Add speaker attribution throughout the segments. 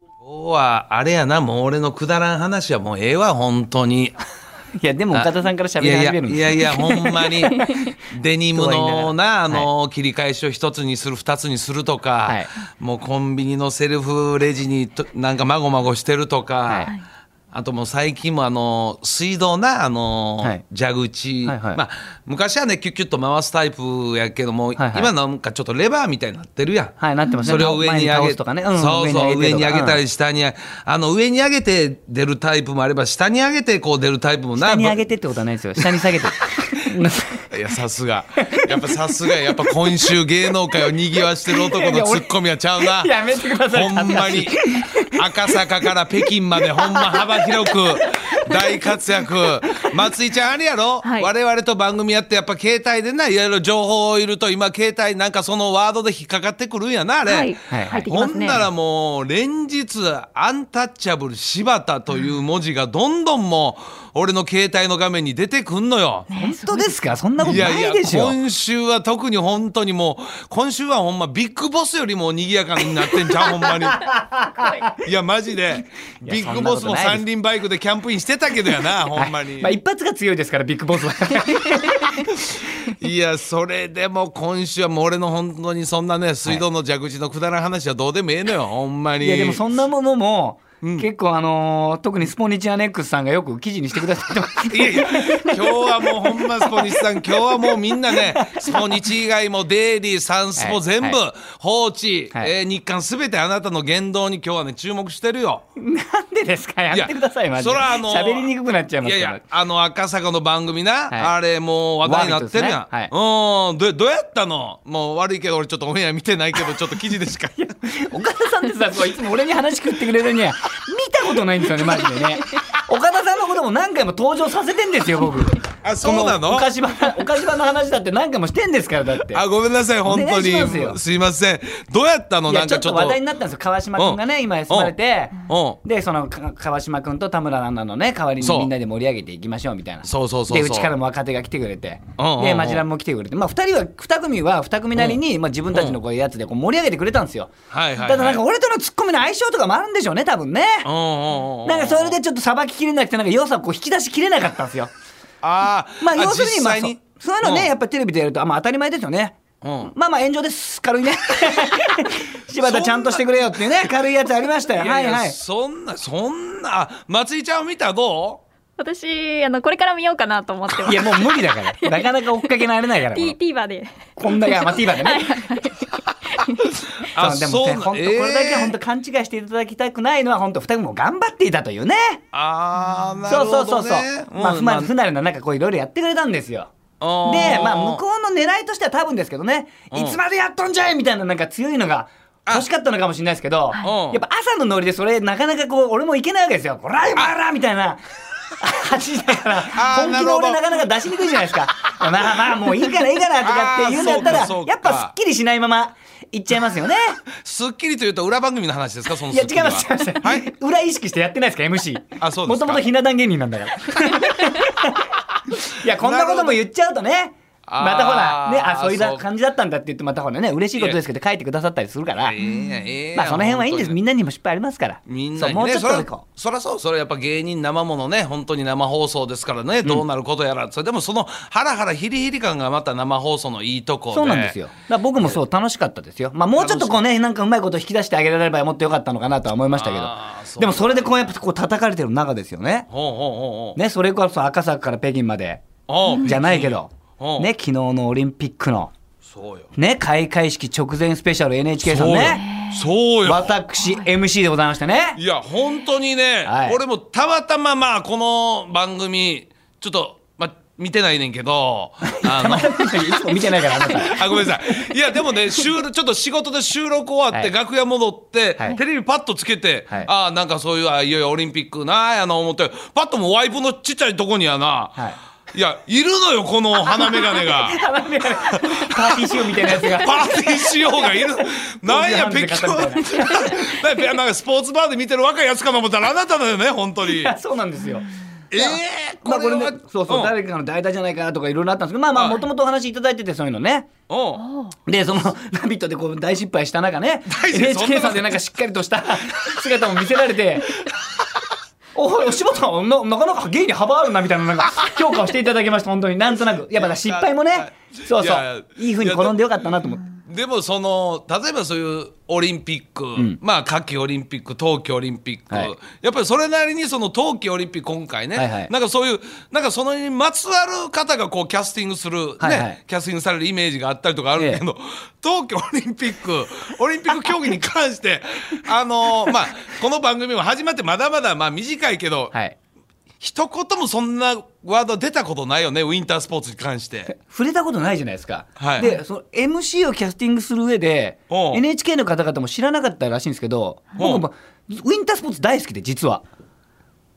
Speaker 1: 今日はあれやなもう俺のくだらん話はもうええわ本当に
Speaker 2: いやでも 岡田さんから喋
Speaker 1: い
Speaker 2: り
Speaker 1: やい
Speaker 2: 始
Speaker 1: や
Speaker 2: めるんです
Speaker 1: い
Speaker 2: よ
Speaker 1: やいやほんま にデニムのなあ
Speaker 2: とは言いながら
Speaker 1: の、切り返しを一つにする二つにするとか、
Speaker 2: はい
Speaker 1: もうコンビニのセルフレジにとなんかまごまごしてるとか、
Speaker 2: はい
Speaker 1: あともう最近もあの水道なあの、
Speaker 2: はい
Speaker 1: 蛇口、
Speaker 2: はいはい
Speaker 1: まあ、昔はねキュッキュッと回すタイプやけども、
Speaker 2: はいはい
Speaker 1: 今なんかちょっとレバーみたいになってるやん。
Speaker 2: はいなってますね
Speaker 1: それを上に
Speaker 2: 前
Speaker 1: 上
Speaker 2: 倒
Speaker 1: げ
Speaker 2: すとかねうん
Speaker 1: そうそう上
Speaker 2: 上
Speaker 1: に
Speaker 2: に
Speaker 1: 上
Speaker 2: 上げてとか
Speaker 1: げたり下にああの上に上げて出るタイプもあれば下に上げてこう出るタイプもな
Speaker 2: 下に上げてってことはないですよ下に 下げて
Speaker 1: いやさすがやっぱさすがややっぱ今週芸能界をにぎわしてる男のツッコミはちゃうな
Speaker 2: やめてください
Speaker 1: ほんまに赤坂から北京までほんま幅広く大活躍松井ちゃんあれやろ、
Speaker 3: はい
Speaker 1: 我々と番組やってやっぱ携帯でないろいろ情報をいると今携帯なんかそのワードで引っかかってくるんやなあれ、
Speaker 3: はい、
Speaker 2: はい
Speaker 3: 入ってき
Speaker 1: ほ
Speaker 3: ます
Speaker 1: ん
Speaker 3: ね。
Speaker 1: ならもう連日アンタッチャブル柴田という文字がどんどんもう俺の携帯の画面に出てくんのよ。
Speaker 2: 本当ですかそんなこと
Speaker 1: いやい
Speaker 2: な
Speaker 1: や
Speaker 2: いでしょ
Speaker 1: 今週は特に本当にもう今週はほんまビッグボスよりも賑やかになってんじゃんほん まにいやマジで
Speaker 2: や
Speaker 1: ビッグボスも
Speaker 2: そんなことないで
Speaker 1: 三
Speaker 2: す
Speaker 1: 輪バイクでキャンプインしてたけどやなほんまに、
Speaker 2: まあ一発が強いですからビッグボス は
Speaker 1: いやそれでも今週はもう俺の本当にそんなね水道の蛇口のくだらん話はどうでもええのよほんまに
Speaker 2: いやでもそんなものも結構あのー特にスポニチアネックスさんがよく記事にしてくださってます
Speaker 1: いやいや今日はもうほんまスポニチさん今日はもうみんなねスポニチ以外もデイリーサンスポ
Speaker 2: はい
Speaker 1: 全部、
Speaker 2: は
Speaker 1: 放置、
Speaker 2: はい
Speaker 1: えー日韓すべてあなたの言動に今日はね注目してるよ。
Speaker 2: なんでですかやめてくださいマジで
Speaker 1: そらあの
Speaker 2: 喋りにくくなっちゃ
Speaker 1: い
Speaker 2: います
Speaker 1: や
Speaker 2: か
Speaker 1: い
Speaker 2: ら
Speaker 1: やあの赤坂の番組な、
Speaker 2: はい
Speaker 1: あれもう話題になってるやん、
Speaker 2: ワービッ
Speaker 1: うんどどうやったのもう悪いけど俺ちょっとオンエア見てないけどちょっと記事でし か
Speaker 2: 岡田さ んってさこういつも俺に話食ってくれるには見たことないんですよねマジでね岡田さんのことも何回も登場させてんですよ僕
Speaker 1: あそうなの
Speaker 2: お菓子場お菓子場の話だって何回もしてんですからだって
Speaker 1: あごめんなさい本当
Speaker 2: お願い
Speaker 1: に
Speaker 2: しますよ
Speaker 1: すいませんどうやったの
Speaker 2: い
Speaker 1: な
Speaker 2: や
Speaker 1: ん
Speaker 2: ちょ
Speaker 1: か
Speaker 2: っ
Speaker 1: ちょ
Speaker 2: と
Speaker 1: っと
Speaker 2: 話題になったんですよ川島君がね今休まれて
Speaker 1: うん
Speaker 2: でそのか川島君と田村アナのね代わり
Speaker 1: そう
Speaker 2: にみんなで盛り上げていきましょうみたいな
Speaker 1: そうそうそうそう
Speaker 2: でうちからも若手が来てくれて
Speaker 1: うんうんうん
Speaker 2: でマジランも来てくれてまあ2人は2組は2組なりにまあ自分たちのこういうやつでこう盛り上げてくれたんですよ
Speaker 1: はいはいはい
Speaker 2: ただなんか俺とのツッコミの相性とかもあるんでしょうね多分ね
Speaker 1: うんうんうんうん
Speaker 2: なんかそれでちょっとさばききれなくてなんか良さをこう引き出しきれなかったんです よ。
Speaker 1: あー
Speaker 2: まあ要するに
Speaker 1: 実
Speaker 2: まあ
Speaker 1: 際
Speaker 2: そうそういうのねやっぱりテレビでやるとあまあ当たり前ですよね。
Speaker 1: うん
Speaker 2: まあまあ炎上です軽 いね柴田ちゃんとしてくれよっていうね軽いやつありましたよ
Speaker 1: いや
Speaker 2: はいい
Speaker 1: や
Speaker 2: はい
Speaker 1: そんなそんなあ松井ちゃんを見たらど
Speaker 3: 私あのこれから見ようかなと思ってま
Speaker 2: い
Speaker 3: す。
Speaker 2: やもう無理だから なかなか追っかけられないから
Speaker 3: T T バで。
Speaker 2: こんだけあまあ TVer でね
Speaker 1: う
Speaker 2: そうでもね本当こ
Speaker 1: えー
Speaker 2: れだけは本当勘違いしていただきたくないのは本当二人も頑張っていたというね
Speaker 1: あーなる
Speaker 2: そ
Speaker 1: ほ
Speaker 2: うそうそ
Speaker 1: ど
Speaker 2: う
Speaker 1: ね
Speaker 2: そうまあ
Speaker 1: う
Speaker 2: 不
Speaker 1: ん
Speaker 2: ま不慣れな中こういろいろやってくれたんですよ
Speaker 1: あー
Speaker 2: でまあ向こうの狙いとしては多分ですけどね
Speaker 1: うん
Speaker 2: いつまでやっとんじゃいみたいななんか強いのが欲しかったのかもしれないですけどや
Speaker 1: はい
Speaker 2: っぱ朝のノリでそれなかなかこう俺もいけないわけですよ「こらいまら!」みたいな。走だから
Speaker 1: あー
Speaker 2: 本
Speaker 1: なる
Speaker 2: 気
Speaker 1: ほ
Speaker 2: の
Speaker 1: ど
Speaker 2: 俺なかなか出しにくいじゃないですか まあまあもういいからいいからとかって言うんだったら
Speaker 1: あーそうかそうか
Speaker 2: やっぱすっきりしないままいっちゃいますよね
Speaker 1: すっきりというと裏番組の話ですかその
Speaker 2: い
Speaker 1: ス
Speaker 2: や
Speaker 1: ッキリ
Speaker 2: 違い
Speaker 1: は
Speaker 2: ます違います、
Speaker 1: はい
Speaker 2: 裏意識してやってないですか MC
Speaker 1: あそうで
Speaker 2: も
Speaker 1: すか
Speaker 2: ともとひな壇芸人な んだからいやこんなことも言っちゃうとね
Speaker 1: あー
Speaker 2: またほらねあそうい
Speaker 1: そう
Speaker 2: う感じだったんだって言ってまたほらね嬉しいことですけど書いてくださったりするから
Speaker 1: ええやんええやん
Speaker 2: まあその辺はいいんで
Speaker 1: 本
Speaker 2: す
Speaker 1: 当に
Speaker 2: みんなにも失敗ありますから
Speaker 1: みんな
Speaker 2: そう
Speaker 1: に
Speaker 2: もう
Speaker 1: ね
Speaker 2: ちょっ
Speaker 1: そら
Speaker 2: とこう
Speaker 1: そらそうそれやっぱ芸人生ものね本当に生放送ですからねどうなることやらそれでもそのハラハラヒリヒリ感がまた生放送のいいとこで
Speaker 2: そうなんですよだから僕もそう楽しかったですよまあもうちょっとこうねなんかうまいこと引き出してあげられればもっとよかったのかなとは思いましたけ
Speaker 1: あーそう
Speaker 2: どでもそれでこうやっぱこう叩かれてる中ですよね
Speaker 1: ほうほうほうほう
Speaker 2: ねそれこそ赤坂から北京まで
Speaker 1: おう
Speaker 2: じゃないけど
Speaker 1: うん
Speaker 2: ね昨日のオリンピックの
Speaker 1: そうよ
Speaker 2: ね開会式直前スペシャル NHK さんね
Speaker 1: そうよそうよ
Speaker 2: 私 MC でございましてね
Speaker 1: いや本当にね、
Speaker 2: はい
Speaker 1: 俺もたまたままあこの番組ちょっと、まあ、見てないねんけ どあ
Speaker 2: た
Speaker 1: の
Speaker 2: またまいつも見てないからあなた
Speaker 1: あごめんなさいいやでもね収録ちょっと仕事で収録終わって、
Speaker 2: はい
Speaker 1: 楽屋戻って、
Speaker 2: はい
Speaker 1: テレビパッとつけて、
Speaker 2: はい
Speaker 1: ああなんかそういうあいよいよオリンピックなやな思ってパッともうワイプのちっちゃいとこにやな、、
Speaker 2: はい
Speaker 1: やいるのよこの鼻眼鏡 が
Speaker 2: パーティーしようみたいなやつが
Speaker 1: パーティーしようがいる なんや
Speaker 2: どうい
Speaker 1: 北
Speaker 2: う
Speaker 1: 京
Speaker 2: 花火で買ったみ
Speaker 1: なんかスポーツバーで見てる若いやつかと思ったらあなただよね本当に。
Speaker 2: いやそうなんですよ
Speaker 1: ええ
Speaker 2: まあこれね
Speaker 1: は
Speaker 2: そうそう、
Speaker 1: ん
Speaker 2: 誰かの代打じゃないかなとかいろいろあったんですけどまあまあ
Speaker 1: はい
Speaker 2: もともとお話いただいててそういうのね
Speaker 1: うん
Speaker 2: でその 「ラビット!」でこう大失敗した中ね
Speaker 1: 大失敗そんな
Speaker 2: NHK さんでなんかしっかりとした姿も見せられて。 おお柴田さんななかなか芸に幅あるなみたいななんか評価をしていただきました本当になんとなくいやまだ失敗もねそう
Speaker 1: い
Speaker 2: そ
Speaker 1: や
Speaker 2: ういい風に転んでよかったなと思って
Speaker 1: でもその例えばそういうオリンピック、まあ夏季オリンピック冬季オリンピック、
Speaker 2: はい
Speaker 1: やっぱりそれなりにその冬季オリンピック今回ね、
Speaker 2: はいはい
Speaker 1: なんかそういうなんかそのにまつわる方がこうキャスティングする、ね
Speaker 2: はいはい
Speaker 1: キャスティングされるイメージがあったりとかあるけど、冬季オリンピックオリンピック競技に関して あのまあこの番組も始まってまだまだまあ短いけど、
Speaker 2: はい
Speaker 1: 一言もそんなワード出たことないよねウインタースポーツに関して。
Speaker 2: 触れたことないじゃないですか、
Speaker 1: はい
Speaker 2: でその MC をキャスティングする上で
Speaker 1: おう
Speaker 2: NHK の方々も知らなかったらしいんですけど
Speaker 1: おう
Speaker 2: 僕もウインタースポーツ大好きで実は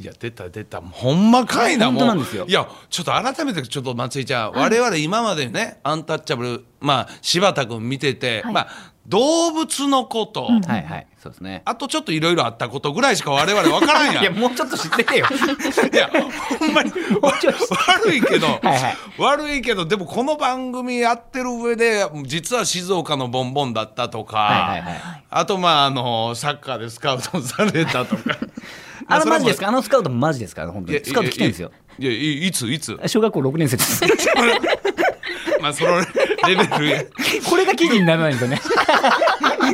Speaker 2: い
Speaker 1: や出た出たもうほんまかいな
Speaker 2: 本
Speaker 1: もう
Speaker 2: 当なんですよ
Speaker 1: いやちょっと改めてちょっと松井ちゃん、我々今までねアンタッチャブルまあ柴田君見てて、
Speaker 3: はい
Speaker 1: まあ動物のこと、
Speaker 2: はいはいそうですね
Speaker 1: あとちょっといろいろあったことぐらいしか我々分からんやん
Speaker 2: いやもうちょっと知っててよ
Speaker 1: いやほんまにわ
Speaker 2: ちょっと
Speaker 1: 悪いけど
Speaker 2: いはい
Speaker 1: 悪いけどでもこの番組やってる上で実は静岡のボンボンだったとか、
Speaker 2: はいはいは
Speaker 1: あとまああのサッカーでスカウトされたとか
Speaker 2: あのマジです
Speaker 1: か
Speaker 2: かあのスカウトマジですから本当にスカウト来てるんですよ
Speaker 1: いやいいいつい つ
Speaker 2: 小学校6年生です
Speaker 1: まあそのレベルや
Speaker 2: これが記事にならないんですよ ね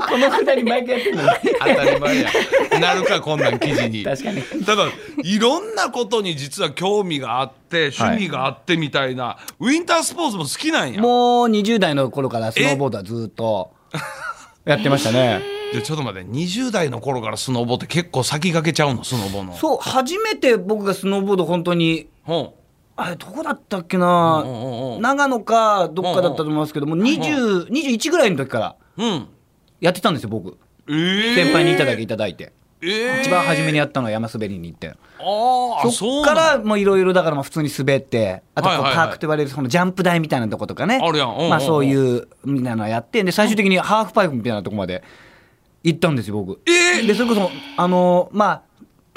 Speaker 2: このくだり毎回やってるのに
Speaker 1: 当たり前やなるかこんなん記事に
Speaker 2: 確かに
Speaker 1: ただいろんなことに実は興味があって趣味があってみたいな、ウィンタースポーツも好きなんや
Speaker 2: もう20代の頃からスノーボードはずっとやってましたね
Speaker 1: でちょっと待って20代の頃からスノボって結構先駆けちゃうのスノボの
Speaker 2: そう初めて僕がスノーボード本当に
Speaker 1: ほ
Speaker 2: あれどこだったっけな、
Speaker 1: うんうんうん
Speaker 2: 長野かどっかだったと思いますけども、20 21ぐらいの時から
Speaker 1: ううん
Speaker 2: やってたんですよ僕
Speaker 1: えー
Speaker 2: 先輩にいただきいただいて、
Speaker 1: えー
Speaker 2: 一番初めにやったのは山滑りに行って、
Speaker 1: ああ
Speaker 2: そ
Speaker 1: そ
Speaker 2: っ
Speaker 1: う
Speaker 2: か
Speaker 1: なん
Speaker 2: らもういろいろだからまあ普通に滑ってあとこ
Speaker 1: はい
Speaker 2: う
Speaker 1: はい
Speaker 2: パ
Speaker 1: はい
Speaker 2: ークと言われるそのジャンプ台みたいなとことかね
Speaker 1: あるやんうんうんうん
Speaker 2: まあそういうみたいなのやってで最終的にハーフパイプみたいなとこまで行ったんですよ僕。
Speaker 1: えー
Speaker 2: でそれこそあのーまあ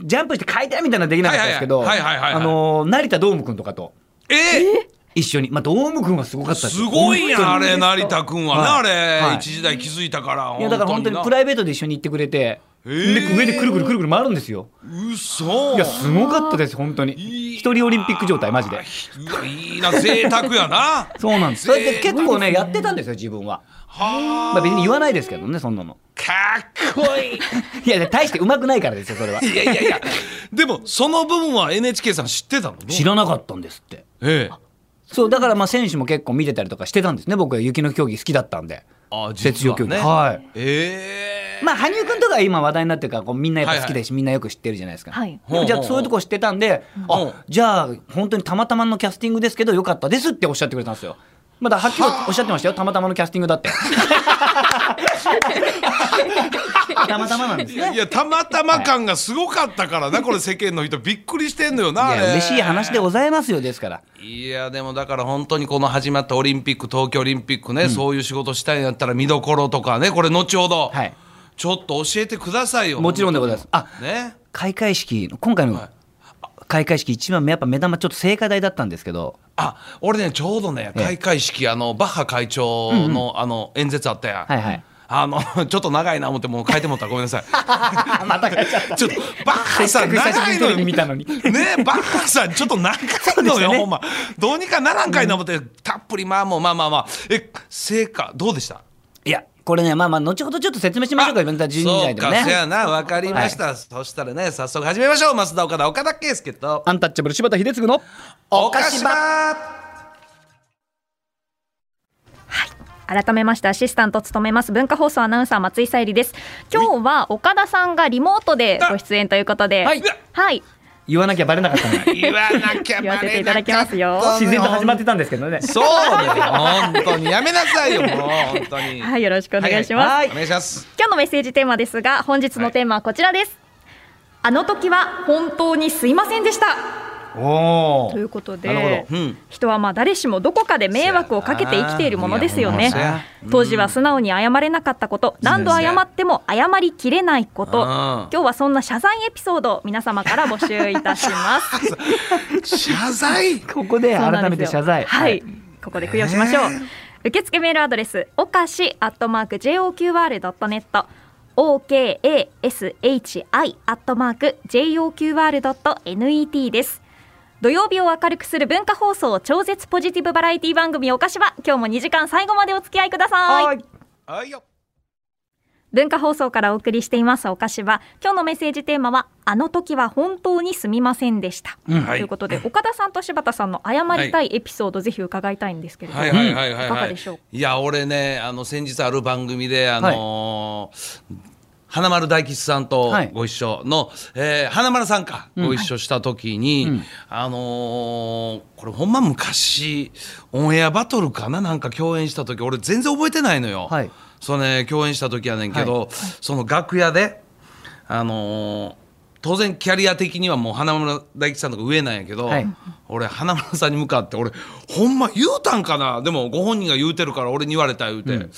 Speaker 2: ジャンプして回転みたいなのできなかったんですけど
Speaker 1: はいはいはいはいはい
Speaker 2: あ
Speaker 1: はい
Speaker 2: のー成田ドームくんとかと。
Speaker 1: えー
Speaker 2: 一緒に、まあ、ドーム君はすごかったですよ
Speaker 1: ごいやんあれ成田君はな、
Speaker 2: はい
Speaker 1: あれ、
Speaker 2: はい
Speaker 1: 一時代気づいたから
Speaker 2: いやだから本当に
Speaker 1: な
Speaker 2: プライベートで一緒に行ってくれて、
Speaker 1: へー
Speaker 2: で上でくるくるくるくる回るんですよ
Speaker 1: うそ
Speaker 2: いやすごかったです本当に一人オリンピック状態マジで
Speaker 1: うわいいな贅沢や な
Speaker 2: そうなんです
Speaker 1: えー
Speaker 2: それで結構ねやってたんですよ自分は
Speaker 1: はあ
Speaker 2: まあ別に言わないですけどねそんなの
Speaker 1: かっこいい
Speaker 2: いやいや大して上手くないからですよそれはい
Speaker 1: やいやいや でもその部分は NHK さん知ってたの
Speaker 2: 知らなかったんですって
Speaker 1: ええ
Speaker 2: そうだからまあ選手も結構見てたりとかしてたんですね僕は雪の競技好きだったんで
Speaker 1: あ
Speaker 2: 雪
Speaker 1: 実
Speaker 2: 上
Speaker 1: は
Speaker 2: 競技
Speaker 1: ね
Speaker 2: はい
Speaker 1: ええ
Speaker 2: まあ羽生君とかは今話題になってるからこうみんなやっぱ好きだし、みんなよく知ってるじゃないですか、
Speaker 3: はい
Speaker 2: でもじゃあそういうとこ知ってたんで、
Speaker 1: ほうほう
Speaker 2: あじゃあ本当にたまたまのキャスティングですけどよかったですっておっしゃってくれたんですよまだはっきりおっしゃってましたよたまたまのキャスティングだ ってたまたまなんです
Speaker 1: いやい
Speaker 2: ね
Speaker 1: やたまたま感がすごかったから な、これ世間の人びっくりしてんのよ
Speaker 2: い
Speaker 1: なあれ
Speaker 2: や嬉しい話でございますよですから
Speaker 1: いやでもだから本当にこの始まったオリンピック東京オリンピックね、そういう仕事したいんやったら見どころとかねこれ後ほど、
Speaker 2: はい
Speaker 1: ちょっと教えてくださいよ
Speaker 2: もちろんでございますあ
Speaker 1: ね
Speaker 2: 開会式の今回の
Speaker 1: はい
Speaker 2: 開会式一番やっぱ目玉ちょっと聖火台だったんですけど
Speaker 1: あ俺ねちょうどね開会式あのバッハ会長の,、あの演説あったやん、
Speaker 2: はいはい
Speaker 1: あの ちょっと長いな思ってもう変えてもったらごめん なさい
Speaker 2: あまた帰っちゃった
Speaker 1: ちょっとバッハさん
Speaker 2: せっかく久
Speaker 1: 長
Speaker 2: し
Speaker 1: い
Speaker 2: ぶ
Speaker 1: の
Speaker 2: りにテレビ見たのに
Speaker 1: ねバッハさんちょっと長い のよ、
Speaker 2: ね
Speaker 1: ほんまどうにかならんかいな思って、たっぷりまあもうまあまあまあえ成果どうでした
Speaker 2: いやこれねまあまあ後ほどちょっと説明しましょうかまた12時台でも
Speaker 1: そうか、せや
Speaker 2: ね
Speaker 1: な、わかりました。そしたらね、早速始めましょう。増田岡田、岡田圭介と、
Speaker 2: アンタッチャブル柴田秀嗣の
Speaker 1: 岡島
Speaker 3: 改めましてアシスタントを務めます文化放送アナウンサー松井さゆりです今日は岡田さんがリモートでご出演ということで
Speaker 2: は
Speaker 3: はいはい
Speaker 2: 言わなきゃバレなかったんだ
Speaker 1: 言わなきゃ
Speaker 3: 言わ
Speaker 1: バ
Speaker 3: せて
Speaker 1: レ
Speaker 3: いた
Speaker 1: な
Speaker 3: だきますよ
Speaker 1: かった
Speaker 2: 自然と始まってたんですけどね
Speaker 1: そうね、本当に。やめなさい よ、もう、本当に。
Speaker 3: はいよろしくお願いします、
Speaker 1: は
Speaker 2: はい
Speaker 1: お願いします。
Speaker 3: 今日のメッセージテーマですが本日のテーマはこちらです、あの時は本当にすいませんでした
Speaker 2: お
Speaker 3: とい
Speaker 2: ー
Speaker 3: うこと
Speaker 2: なる
Speaker 3: で
Speaker 2: ほ
Speaker 1: どうん
Speaker 3: 人はまあ誰しもどこかで迷惑をかけて生きているものですよ
Speaker 1: い
Speaker 3: ね
Speaker 1: やほんまそうや
Speaker 3: 当時は素直に謝れなかったこと何度謝っても謝りきれないこと
Speaker 1: うん
Speaker 3: 今日はそんな謝罪エピソードを皆様から募集いたします
Speaker 1: 謝罪
Speaker 2: ここで
Speaker 3: そうな
Speaker 2: 改
Speaker 3: ん
Speaker 2: め
Speaker 3: で
Speaker 2: て
Speaker 3: すよ
Speaker 2: 謝罪
Speaker 3: はい、ここで供養しましょう、受付メールアドレスおかしアットマーク JOQR.net OKASHI アットマーク JOQR.net です土曜日を明るくする文化放送超絶ポジティブバラエティ番組おかしは今日も2時間最後までお付き合いください
Speaker 2: はい
Speaker 1: はいよ
Speaker 3: 文化放送からお送りしていますお菓子は今日のメッセージテーマはあの時は本当にすみませんでした、
Speaker 2: うん
Speaker 1: はい
Speaker 3: ということで岡田さんと柴田さんの謝りたいエピソード、ぜひ伺いたいんですけれども、
Speaker 1: はいはいはいはい、はい
Speaker 3: いかがでしょうか
Speaker 1: いや俺ねあの先日ある番組であのー花丸大吉さんと
Speaker 2: はい
Speaker 1: ご一緒の、えー花丸さんか、ご一緒した時に、
Speaker 2: うん
Speaker 1: あのーこれほんま昔オンエアバトルかななんか共演した時俺全然覚えてないのよ、
Speaker 2: はい
Speaker 1: そのね共演した時やねんけど、その楽屋であのー当然キャリア的にはもう花村大吉さんとか上なんやけど、
Speaker 2: はい
Speaker 1: 俺花村さんに向かって俺ほんま言うたんかなでもご本人が言うてるから俺に言われた言うて、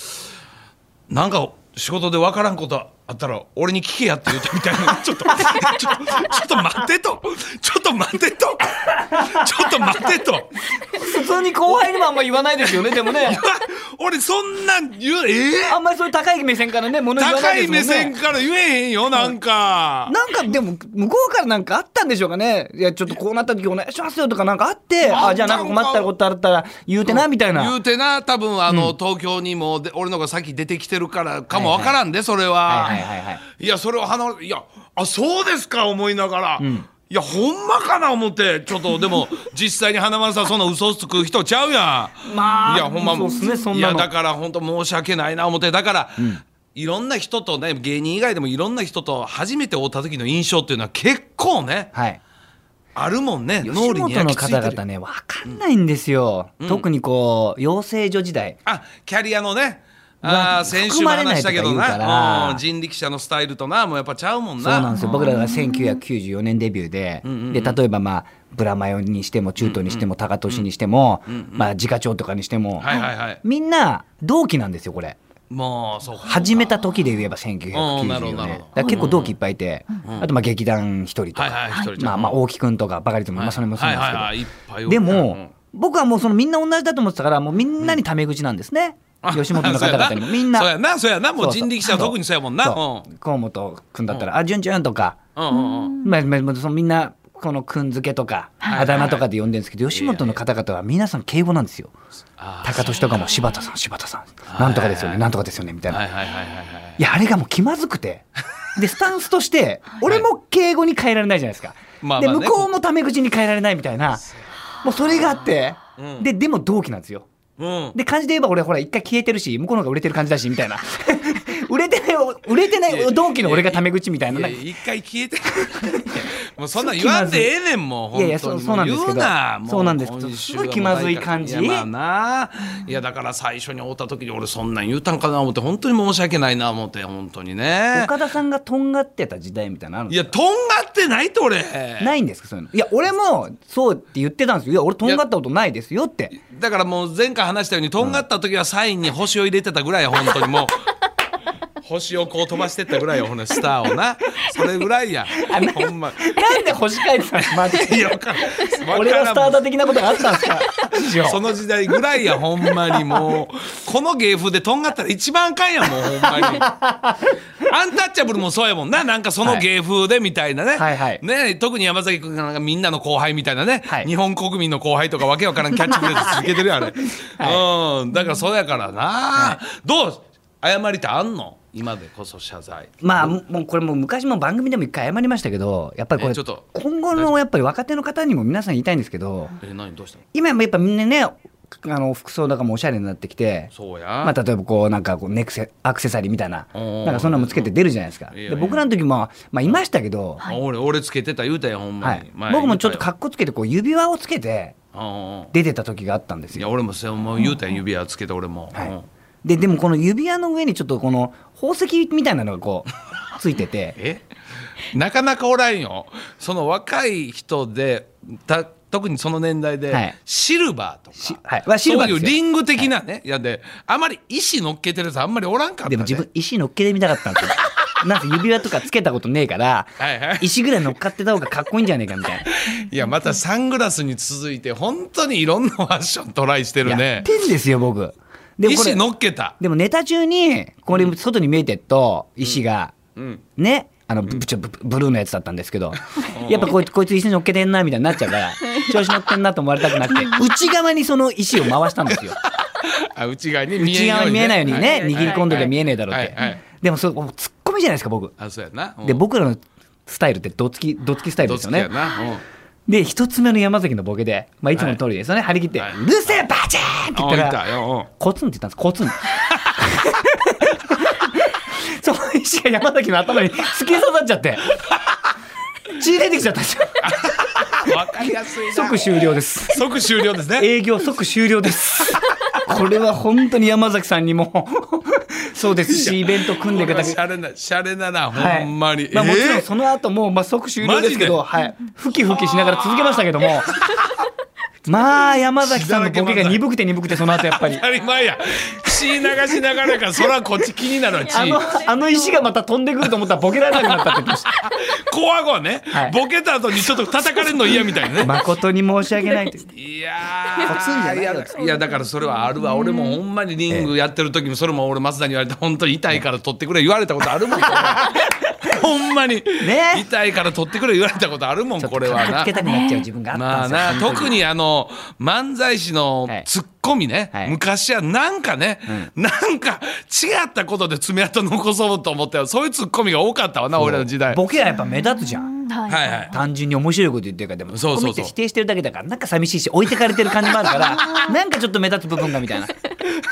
Speaker 1: なんか仕事で分からんことあったら俺に聞けやって言うてみたい なちょっとちょっとちょっと待ってとちょっと待ってとちょっと待ってと
Speaker 2: 普通に後輩にもあんま言わないですよねでもね
Speaker 1: 俺そんなん言うええ
Speaker 2: あんまりそういう高い目線からね物言わな
Speaker 1: 高
Speaker 2: いで
Speaker 1: い
Speaker 2: すもんね
Speaker 1: 目線から言えへんよなんか。
Speaker 2: なんかでも向こうからなんかあったんでしょうかねいやちょっとこうなった時お願いしますよとかなんかあって
Speaker 1: あ
Speaker 2: あじゃあなんか困ったことあったら言うてなみたい
Speaker 1: 言
Speaker 2: な
Speaker 1: うてな多分あの、東京にもで俺のが先出てきてるからかもわからんで、それは、
Speaker 2: はいはいはいはい
Speaker 1: やそれを花いやあそうですか思いながら、いやほんまかな思ってちょっとでも 実際に花丸さんそんな嘘つく人ちゃうやん
Speaker 2: まあ
Speaker 1: いやほんま
Speaker 2: そうっすねそん
Speaker 1: い
Speaker 2: な
Speaker 1: や
Speaker 2: の
Speaker 1: だから本当申し訳ないな思ってだから、いろんな人とね芸人以外でもいろんな人と初めて会った時の印象っていうのは結構ね
Speaker 2: はい
Speaker 1: あるもんね
Speaker 2: 吉
Speaker 1: 脳裏に
Speaker 2: 本
Speaker 1: 焼き
Speaker 2: の
Speaker 1: 付いて
Speaker 2: 方
Speaker 1: る
Speaker 2: 々ね分かんないんですよ、特にこう養成所時代
Speaker 1: あキャリアのね
Speaker 2: ま
Speaker 1: あ
Speaker 2: あ
Speaker 1: ー先週も話したけど
Speaker 2: 含まれないとか言うから
Speaker 1: なうん人力車のスタイルとなもうやっぱちゃうもん
Speaker 2: そ
Speaker 1: な
Speaker 2: うなんですよ僕らが1994年デビューで,、で例えばまあブラマヨにしても中東にしても高俊にしても、まあ自家長とかにしても、
Speaker 1: はいはいはい
Speaker 2: みんな同期なんですよこれ
Speaker 1: もうそうか
Speaker 2: 始めた時で言えば
Speaker 1: うんなるほど
Speaker 2: 1994
Speaker 1: なるほど
Speaker 2: 年だから結構同期いっぱいいて、あとまあ劇団一人とか、
Speaker 1: はいはい一人ちゃん
Speaker 2: まあまあ大木君とかバカリズム、
Speaker 1: はい
Speaker 2: まあそれもそう
Speaker 1: はい
Speaker 2: な
Speaker 1: は
Speaker 2: ん
Speaker 1: いはい
Speaker 2: で
Speaker 1: い
Speaker 2: す
Speaker 1: っぱ
Speaker 2: け
Speaker 1: い
Speaker 2: ど、
Speaker 1: おる
Speaker 2: で
Speaker 1: う
Speaker 2: も、
Speaker 1: ん
Speaker 2: 僕はもうそのみんな同じだと思ってたからもうみんなにタメ口なんですね、吉本の方々 にもみんな
Speaker 1: そうやなそうやなも
Speaker 2: そううそう
Speaker 1: 人力車は特にそうやもんな
Speaker 2: そう河本君だったら「あじゅんじゅん」とか、
Speaker 1: うんうんうん
Speaker 2: まあまあまあ、そのみんなこの「くんづけ」とか、
Speaker 1: はい
Speaker 2: あだ名とかで呼んでるんですけど、吉本の方々は皆さん敬語なんですよ
Speaker 1: あー
Speaker 2: 高俊とかも「柴田さん柴田さんなんとかですよねなんとかですよね」みたいな、
Speaker 1: はい
Speaker 2: い
Speaker 1: はいはいはいはい
Speaker 2: やあれがもう気まずくてでスタンスとして俺も敬語に変えられないじゃないですか、
Speaker 1: まあ
Speaker 2: で
Speaker 1: まあ
Speaker 2: 向
Speaker 1: ね
Speaker 2: こうもタメ口に変えられないみたいなもうそれがあって、
Speaker 1: うん
Speaker 2: ででも同期なんですよ。
Speaker 1: うん
Speaker 2: で感じで言えば俺ほら一回消えてるし向こうの方が売れてる感じだしみたいな 売れてない売れてない同期の俺がタメ口みたいない
Speaker 1: や
Speaker 2: なんか
Speaker 1: 一回消えて いやもうそんなん言わんでええねんもう
Speaker 2: いやいや
Speaker 1: 本当に
Speaker 2: そうそうなんですけど
Speaker 1: もう言うなも
Speaker 2: そうなんですけど
Speaker 1: 今週
Speaker 2: すごい気まずい感じ
Speaker 1: はもう大変やまあないやだから最初に会った時に俺そんなん言うたんかな思って本当に申し訳ないな思って本当にね
Speaker 2: 岡田さんがとんがってた時代みたいなのあるん
Speaker 1: い
Speaker 2: です
Speaker 1: やとんがってないと俺
Speaker 2: かないんですかそういうのいや俺もそうって言ってたんですよいや俺とんがったことないですよって
Speaker 1: だからもう前回話したようにとんがった時はサインに星を入れてたぐらいや本当にもう星をこう飛ばしてったぐらいやほなスターをなそれぐらいやほんま
Speaker 2: なんで星書いてたんですマジ
Speaker 1: い
Speaker 2: で
Speaker 1: やわからんわ
Speaker 2: 俺がスター
Speaker 1: からん
Speaker 2: ター的なことがあったんですか
Speaker 1: その時代ぐらい やほんまにもうこの芸風でとんがったら一番あかんやもうほんまにアンタッチャブルもそうやもんななんかその芸風でみたいなね,、
Speaker 2: はいはい
Speaker 1: ね特に山崎君がなんかみんなの後輩みたいなね、
Speaker 2: はい
Speaker 1: 日本国民の後輩とかわけわからんキャッチフレーズ続けてるや んあれ、うんだからそうやからな、どう謝りってあんの今でこそ謝罪
Speaker 2: まあもうこれもう昔も番組でも一回謝りましたけどやっぱりこ
Speaker 1: え
Speaker 2: れ
Speaker 1: ちょっと
Speaker 2: 今後のやっぱり若手の方にも皆さん言いたいんですけど
Speaker 1: え何どうしたの
Speaker 2: 今もやっぱみんなねあの服装とかもおしゃれになってきて
Speaker 1: そうや、
Speaker 2: まあ、例えばこうなんかこうネクセアクセサリーみたいな
Speaker 1: おー
Speaker 2: なんかそんなのもつけて出るじゃないですか
Speaker 1: いやいや
Speaker 2: で僕らの時も、まあ、いましたけど、
Speaker 1: 俺俺つけてた言うたやんほんま
Speaker 2: は
Speaker 1: に、
Speaker 2: い
Speaker 1: 前、
Speaker 2: 僕もちょっと
Speaker 1: 言
Speaker 2: かっこつけてこう指輪をつけて
Speaker 1: うたやんうんうん
Speaker 2: 出てた時があったんです
Speaker 1: いや
Speaker 2: よ。
Speaker 1: 俺もそうもう言うたん指輪つけて俺も、
Speaker 2: は
Speaker 1: う
Speaker 2: い
Speaker 1: ん、
Speaker 2: ででもこの指輪の上にちょっとこの宝石みたいなのがこ うついてて
Speaker 1: えなかなかおらんよその若い人でた特にその年代で、
Speaker 2: はい
Speaker 1: シルバーと
Speaker 2: し
Speaker 1: か、
Speaker 2: はいまあシルバー
Speaker 1: そういう
Speaker 2: ですよ
Speaker 1: リング的なね、い、やであまり石乗っけてるやつあんまりおらんかった、ね、
Speaker 2: でも自分石乗っけてみたかったんです よなんせ指輪とかつけたことねえから、
Speaker 1: はいはい
Speaker 2: 石ぐらい乗っかってた方がかっこいいんじゃねえかみたい
Speaker 1: いやまたサングラスに続いて本当にいろんなファッショントライしてる
Speaker 2: な、や
Speaker 1: ね
Speaker 2: ってんですよ僕でもこれ
Speaker 1: 石乗っけた
Speaker 2: でもネタ中にこれ外に見えてっと石が、
Speaker 1: ん
Speaker 2: ねあのブブブブルーのやつだったんですけど、やっぱこいつこいつ石乗っけてんなみたいになっちゃうから調子乗ってんなと思われたくなって内側にその石を回したんですよ
Speaker 1: あ内側に見
Speaker 2: 内
Speaker 1: えんよ
Speaker 2: 側
Speaker 1: う
Speaker 2: に
Speaker 1: に,、
Speaker 2: 見えないように
Speaker 1: は
Speaker 2: ね
Speaker 3: はい
Speaker 2: 握り込んでりゃ見えねえだろうって、
Speaker 1: はいはい
Speaker 2: でもそれもうツッコミじゃないですか僕
Speaker 1: あそうやな、うん
Speaker 2: で僕らのスタイルってどつきどつきスタイル
Speaker 1: ど
Speaker 2: で
Speaker 1: っ
Speaker 2: す
Speaker 1: ち
Speaker 2: よ
Speaker 1: かや
Speaker 2: ね
Speaker 1: な、うん
Speaker 2: で一つ目の山崎のボケで、まあ、いつもの通りですよね、張り切って「
Speaker 1: はいう
Speaker 2: るせえバチーン!」って言った
Speaker 1: あいた
Speaker 2: ら
Speaker 1: よ
Speaker 2: コツンって言ったんですコツンその石が山崎の頭に突き刺さっちゃって血出てきちゃったんですよ
Speaker 1: うんわかりやすいな
Speaker 2: 即終了です
Speaker 1: 即終了ですね
Speaker 2: 営業即終了です これは本当に山崎さんにもそうですしイベント組んでく
Speaker 1: これは
Speaker 2: ださ
Speaker 1: シ
Speaker 2: い
Speaker 1: ャレなシャレだな、
Speaker 2: はい
Speaker 1: ほんまに、
Speaker 2: まあ、もちろ
Speaker 1: え
Speaker 2: ん
Speaker 1: ー
Speaker 2: その後もまあ即終了ですけど、
Speaker 1: マ
Speaker 2: はい、ふきふきしながら続けましたけ どもまあ山崎さんのボケが鈍くて鈍くてその後やっぱり
Speaker 1: 当たり前や血流しながらやからそらこっち気になるわ血
Speaker 2: あのあの石がまた飛んでくると思ったらボケられなくなったって言ってました
Speaker 1: コアゴはね、
Speaker 2: はい
Speaker 1: ボケた後にちょっと叩かれるの嫌みたいなね
Speaker 2: 誠に申し訳ないです。
Speaker 1: いやー
Speaker 2: コツンじゃない
Speaker 1: い
Speaker 2: よ
Speaker 1: やいやだからそれはあるわ俺もほんまにリングやってる時もそれも俺松田に言われた本当に痛いから取ってくれ言われたことあるもん ほんまに、痛いから取ってくれ言われたことあるもんこれは
Speaker 2: かっこ
Speaker 1: な
Speaker 2: つけたくなっちゃう自分があった
Speaker 1: ま
Speaker 2: ん
Speaker 1: あ
Speaker 2: ですよ。
Speaker 1: な特にあの漫才師の
Speaker 2: はい
Speaker 1: ツッコミね、
Speaker 2: はい
Speaker 1: 昔はなんかね、なんか違ったことで爪痕残そうと思ったよそういうツッコミが多かったわな俺らの時代
Speaker 2: ボケはやっぱ目立つじゃん。
Speaker 3: はい
Speaker 1: はいはい
Speaker 2: 単純に面白いこと言ってるからでも
Speaker 1: そうそうそう
Speaker 2: ツッコミって否定してるだけだからなんか寂しいし置いてかれてる感じもあるから なんかちょっと目立つ部分がみたいな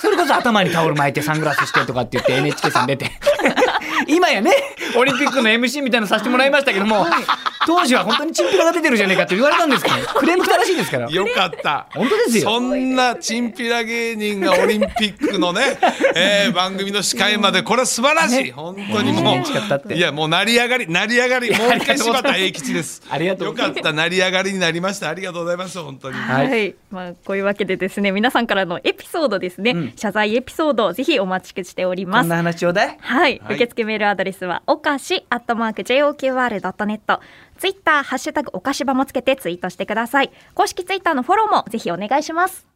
Speaker 2: それこそ頭にタオル巻いてサングラスしてとかって言って NHK さん出て 今やねオリンピックの MC みたいなのさせてもらいましたけども当時は本当にチンピラが出てるじゃねえかって言われたんですからクレーム来たらしいですから
Speaker 1: よかった。
Speaker 2: 本当ですよ
Speaker 1: そんなチンピラ芸人がオリンピックの ね、えー番組の司会まで、これは素晴らしい。本当にも
Speaker 2: ね楽しかったって
Speaker 1: う。いや、もう成り上がり、成り上がり、もう一回柴田英吉です。
Speaker 2: ありがとうご
Speaker 1: よ
Speaker 2: ざ
Speaker 1: か
Speaker 2: いま
Speaker 1: っ
Speaker 2: す
Speaker 1: た、成り上がりになりました。ありがとうございます。本当に。
Speaker 2: は
Speaker 3: はいい、まあ、こういうわけでですね、皆さんからのエピソードですね、謝罪エピソード、ぜひお待ちしており
Speaker 2: こ
Speaker 3: ま
Speaker 2: ん
Speaker 3: す。
Speaker 2: な話ちょうだい
Speaker 3: はい、
Speaker 1: はい
Speaker 3: 受付メールアドレスはおかしアットマーク JOQR.net ツイッターハッシュタグおかしばもつけてツイートしてください公式ツイッターのフォローもぜひお願いします